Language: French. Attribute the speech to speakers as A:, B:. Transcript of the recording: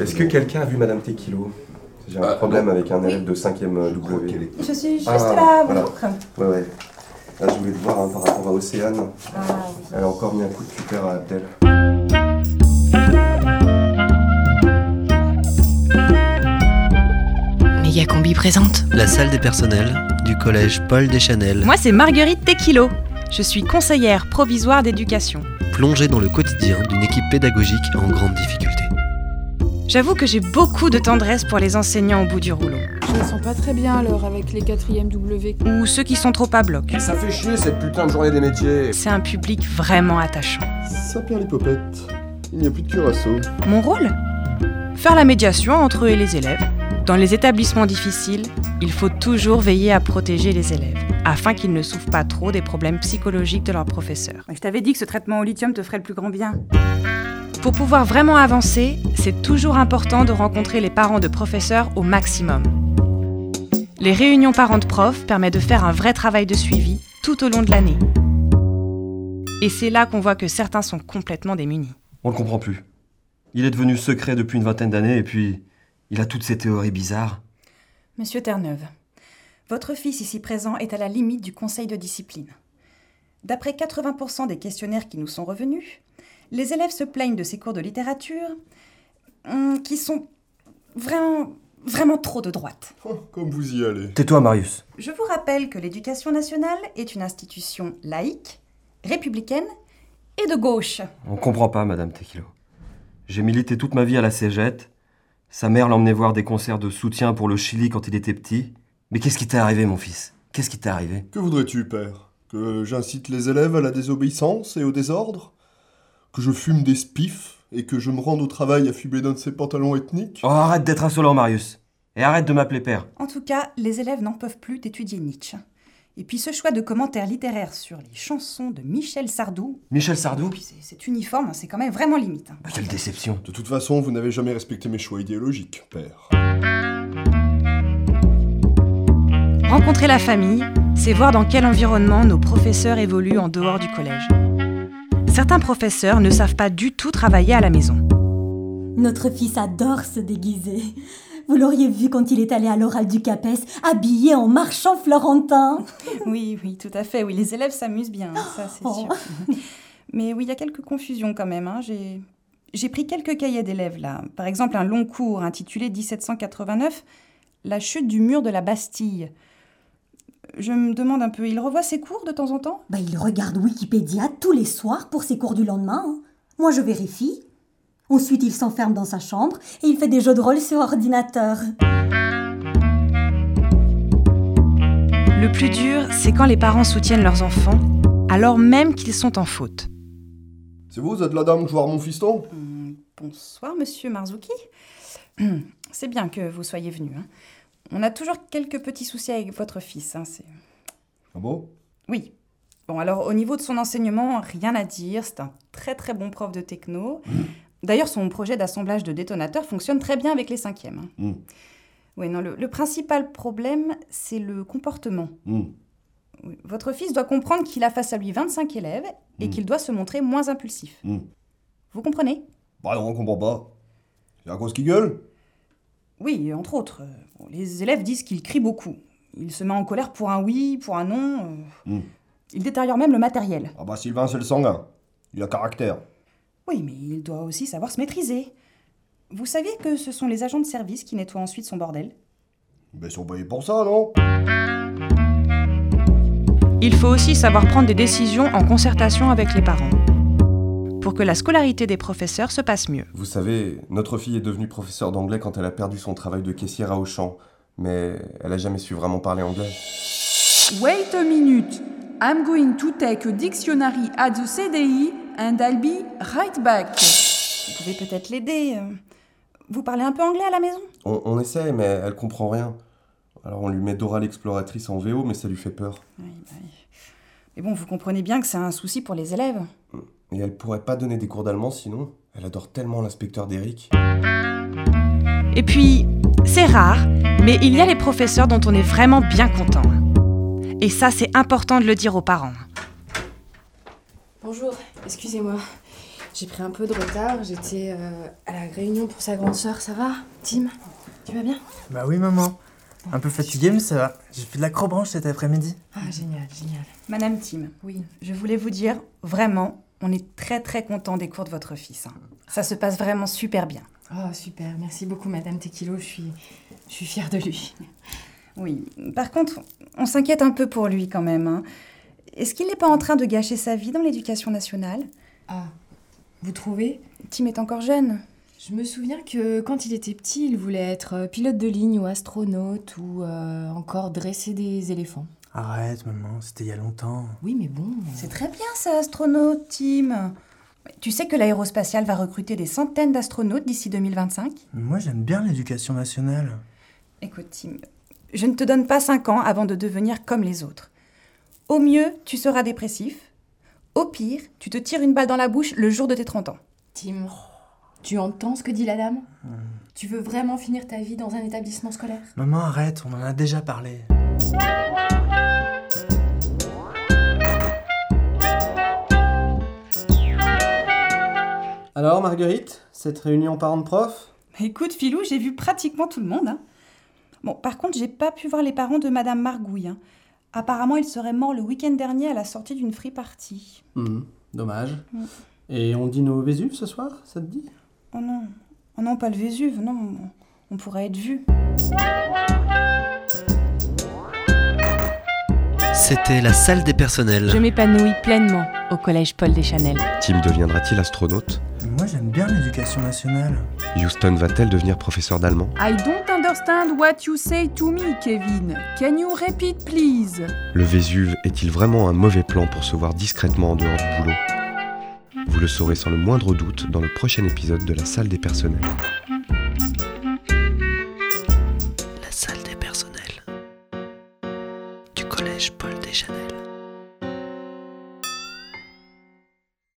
A: Est-ce que quelqu'un a vu Madame Tequilo J'ai un
B: Ah,
A: problème
B: non.
A: avec un
C: Oui.
A: élève de 5ème
B: Je crois
A: W.
B: qu'elle est.
C: Je suis juste
A: Ah,
C: là,
A: voilà.
C: bonjour.
A: Ouais, ouais. Là, je voulais te voir hein, par rapport à Océane.
C: Ah, oui.
A: Elle a encore mis un coup de cutter à Abdel.
D: Mégacombi présente.
E: La salle des personnels du collège Paul Deschanel,
F: Moi, c'est Marguerite Tequilo. Je suis conseillère provisoire d'éducation.
E: plongée dans le quotidien d'une équipe pédagogique en grande difficulté.
F: J'avoue que j'ai beaucoup de tendresse pour les enseignants au bout du rouleau,
G: Je me sens pas très bien alors avec les 4e W.
F: ou ceux qui sont trop à bloc.
B: Ça fait chier cette putain de journée des métiers.
F: C'est un public vraiment attachant.
H: Ça perd les popettes. Il n'y a plus de curaçao.
F: Mon rôle Faire la médiation entre eux et les élèves. Dans les établissements difficiles, il faut toujours veiller à protéger les élèves, afin qu'ils ne souffrent pas trop des problèmes psychologiques de leurs professeurs.
I: Je t'avais dit que ce traitement au lithium te ferait le plus grand bien.
F: Pour pouvoir vraiment avancer, c'est toujours important de rencontrer les parents de professeurs au maximum. Les réunions parents de profs permettent de faire un vrai travail de suivi tout au long de l'année. Et c'est là qu'on voit que certains sont complètement démunis.
J: On le comprend plus. Il est devenu secret depuis une vingtaine d'années et puis il a toutes ces théories bizarres.
I: Monsieur Terre-Neuve, votre fils ici présent est à la limite du conseil de discipline. D'après 80% des questionnaires qui nous sont revenus, les élèves se plaignent de ces cours de littérature hum, qui sont vraiment, vraiment trop de droite.
H: comme vous y allez.
J: Tais-toi, Marius.
I: Je vous rappelle que l'éducation nationale est une institution laïque, républicaine et de gauche.
J: On comprend pas, Madame Tequilo. J'ai milité toute ma vie à la Cégette. Sa mère l'emmenait voir des concerts de soutien pour le Chili quand il était petit. Mais qu'est-ce qui t'est arrivé, mon fils Qu'est-ce qui t'est arrivé
H: Que voudrais-tu, père Que j'incite les élèves à la désobéissance et au désordre Que je fume des spiffs et que je me rende au travail affublé d'un de ces pantalons ethniques
J: Oh, arrête d'être insolent, Marius. Et arrête de m'appeler père.
I: En tout cas, les élèves n'en peuvent plus d'étudier Nietzsche. Et puis ce choix de commentaires littéraires sur les chansons de Michel Sardou,
J: Michel Sardou
I: puis c'est- c'est uniforme, hein, c'est quand même vraiment limite. hein.
J: Bah, Quelle déception.
H: De toute façon, vous n'avez jamais respecté mes choix idéologiques, père.
F: Rencontrer la famille, c'est voir dans quel environnement nos professeurs évoluent en dehors du collège. Certains professeurs ne savent pas du tout travailler à la maison.
K: Notre fils adore se déguiser. Vous l'auriez vu quand il est allé à l'oral du CAPES, habillé en marchand florentin.
I: Oui, oui, tout à fait, oui, les élèves s'amusent bien, hein, ça c'est
K: Oh.
I: sûr. Mais oui, il y a quelques confusions quand même. hein, J'ai j'ai pris quelques cahiers d'élèves là. Par exemple, un long cours intitulé 1789, La chute du mur de la Bastille. Je me demande un peu, il revoit ses cours de temps en temps
K: Bah, il regarde Wikipédia tous les soirs pour ses cours du lendemain. hein. Moi, je vérifie. Ensuite, il s'enferme dans sa chambre et il fait des jeux de rôle sur ordinateur.
F: Le plus dur, c'est quand les parents soutiennent leurs enfants, alors même qu'ils sont en faute.
H: C'est vous, vous êtes la dame de voir mon fiston
I: Hum, Bonsoir, monsieur Marzuki. Hmm, C'est bien que vous soyez venu. hein. On a toujours quelques petits soucis avec votre fils. hein, c'est-
H: Ah bon
I: Oui. Bon, alors au niveau de son enseignement, rien à dire. C'est un très très bon prof de techno. D'ailleurs, son projet d'assemblage de détonateurs fonctionne très bien avec les cinquièmes. hein.
H: Mm.
I: Oui, non, le, le principal problème, c'est le comportement.
H: Hmm.
I: Oui, Votre fils doit comprendre qu'il a face à lui 25 élèves et
H: Mm.
I: qu'il doit se montrer moins impulsif.
H: Mm.
I: Vous comprenez
H: Bah non, on comprend pas. C'est à cause qu'il gueule
I: Oui, entre autres. Euh, bon, les élèves disent qu'il crie beaucoup. Il se met en colère pour un oui, pour un non. euh,
H: Mm.
I: Il détériore même le matériel.
H: Ah bah Sylvain, c'est le sanguin. Il a caractère.
I: Oui, mais il doit aussi savoir se maîtriser. Vous saviez que ce sont les agents de service qui nettoient ensuite son bordel
H: Mais ils sont payés pour ça, non
F: Il faut aussi savoir prendre des décisions en concertation avec les parents pour que la scolarité des professeurs se passe mieux.
A: Vous savez, notre fille est devenue professeure d'anglais quand elle a perdu son travail de caissière à Auchan. Mais elle a jamais su vraiment parler anglais.
G: Wait a minute. I'm going to take a dictionary at the CDI and I'll be right back.
I: Vous pouvez peut-être l'aider. euh. Vous parlez un peu anglais à la maison
A: On, on essaie, mais elle comprend rien. Alors on lui met Dora l'exploratrice en VO, mais ça lui fait peur.
I: Oui, bah oui. Mais bon, vous comprenez bien que c'est un souci pour les élèves.
A: Et elle pourrait pas donner des cours d'allemand sinon. Elle adore tellement l'inspecteur d'Eric.
F: Et puis, c'est rare, mais il y a les professeurs dont on est vraiment bien content. Et ça, c'est important de le dire aux parents.
C: Bonjour, excusez-moi. J'ai pris un peu de retard, j'étais euh, à la réunion pour sa grande sœur, ça va Tim Tu vas bien
J: Bah oui, maman. Un peu fatiguée, mais ça va. J'ai fait de l'acrobranche cet après-midi.
C: Ah, génial, génial.
I: Madame Tim,
C: oui.
I: je voulais vous dire, vraiment, on est très très content des cours de votre fils. hein. Ça se passe vraiment super bien.
C: Oh, super, merci beaucoup, Madame Tequilo, je suis, je suis fière de lui.
I: Oui, par contre, on s'inquiète un peu pour lui quand même. hein. Est-ce qu'il n'est pas en train de gâcher sa vie dans l'éducation nationale
C: Ah, vous trouvez
I: Tim est encore jeune.
C: Je me souviens que quand il était petit, il voulait être euh, pilote de ligne ou astronaute ou euh, encore dresser des éléphants.
J: Arrête, maman, c'était il y a longtemps.
C: Oui, mais bon.
I: C'est très bien ça, astronaute, Tim. Tu sais que l'aérospatiale va recruter des centaines d'astronautes d'ici 2025
J: Mais Moi, j'aime bien l'éducation nationale.
I: Écoute, Tim, je ne te donne pas 5 ans avant de devenir comme les autres. Au mieux, tu seras dépressif. Au pire, tu te tires une balle dans la bouche le jour de tes 30 ans.
C: Tim, tu entends ce que dit la dame Tu veux vraiment finir ta vie dans un établissement scolaire
J: Maman, arrête, on en a déjà parlé.
L: Alors Marguerite, cette réunion parents-prof
I: Écoute, Philou, j'ai vu pratiquement tout le monde. hein. Bon, par contre, j'ai pas pu voir les parents de Madame Margouille. hein. Apparemment, ils seraient morts le week-end dernier à la sortie d'une free party.
L: Dommage.
I: Mm.
L: Et on dîne au Vésuve ce soir, ça te dit
I: Oh non, oh non, pas le Vésuve, non, on pourrait être vu.
E: C'était la salle des personnels.
M: Je m'épanouis pleinement au collège Paul Deschanel.
A: Tim deviendra-t-il astronaute
J: Mais Moi, j'aime bien l'éducation nationale.
A: Houston va-t-elle devenir professeur d'allemand
N: I don't understand what you say to me, Kevin. Can you repeat, please
A: Le Vésuve est-il vraiment un mauvais plan pour se voir discrètement en dehors du boulot Vous le saurez sans le moindre doute dans le prochain épisode de la salle des personnels.
E: La salle des personnels du collège Paul Deschanel.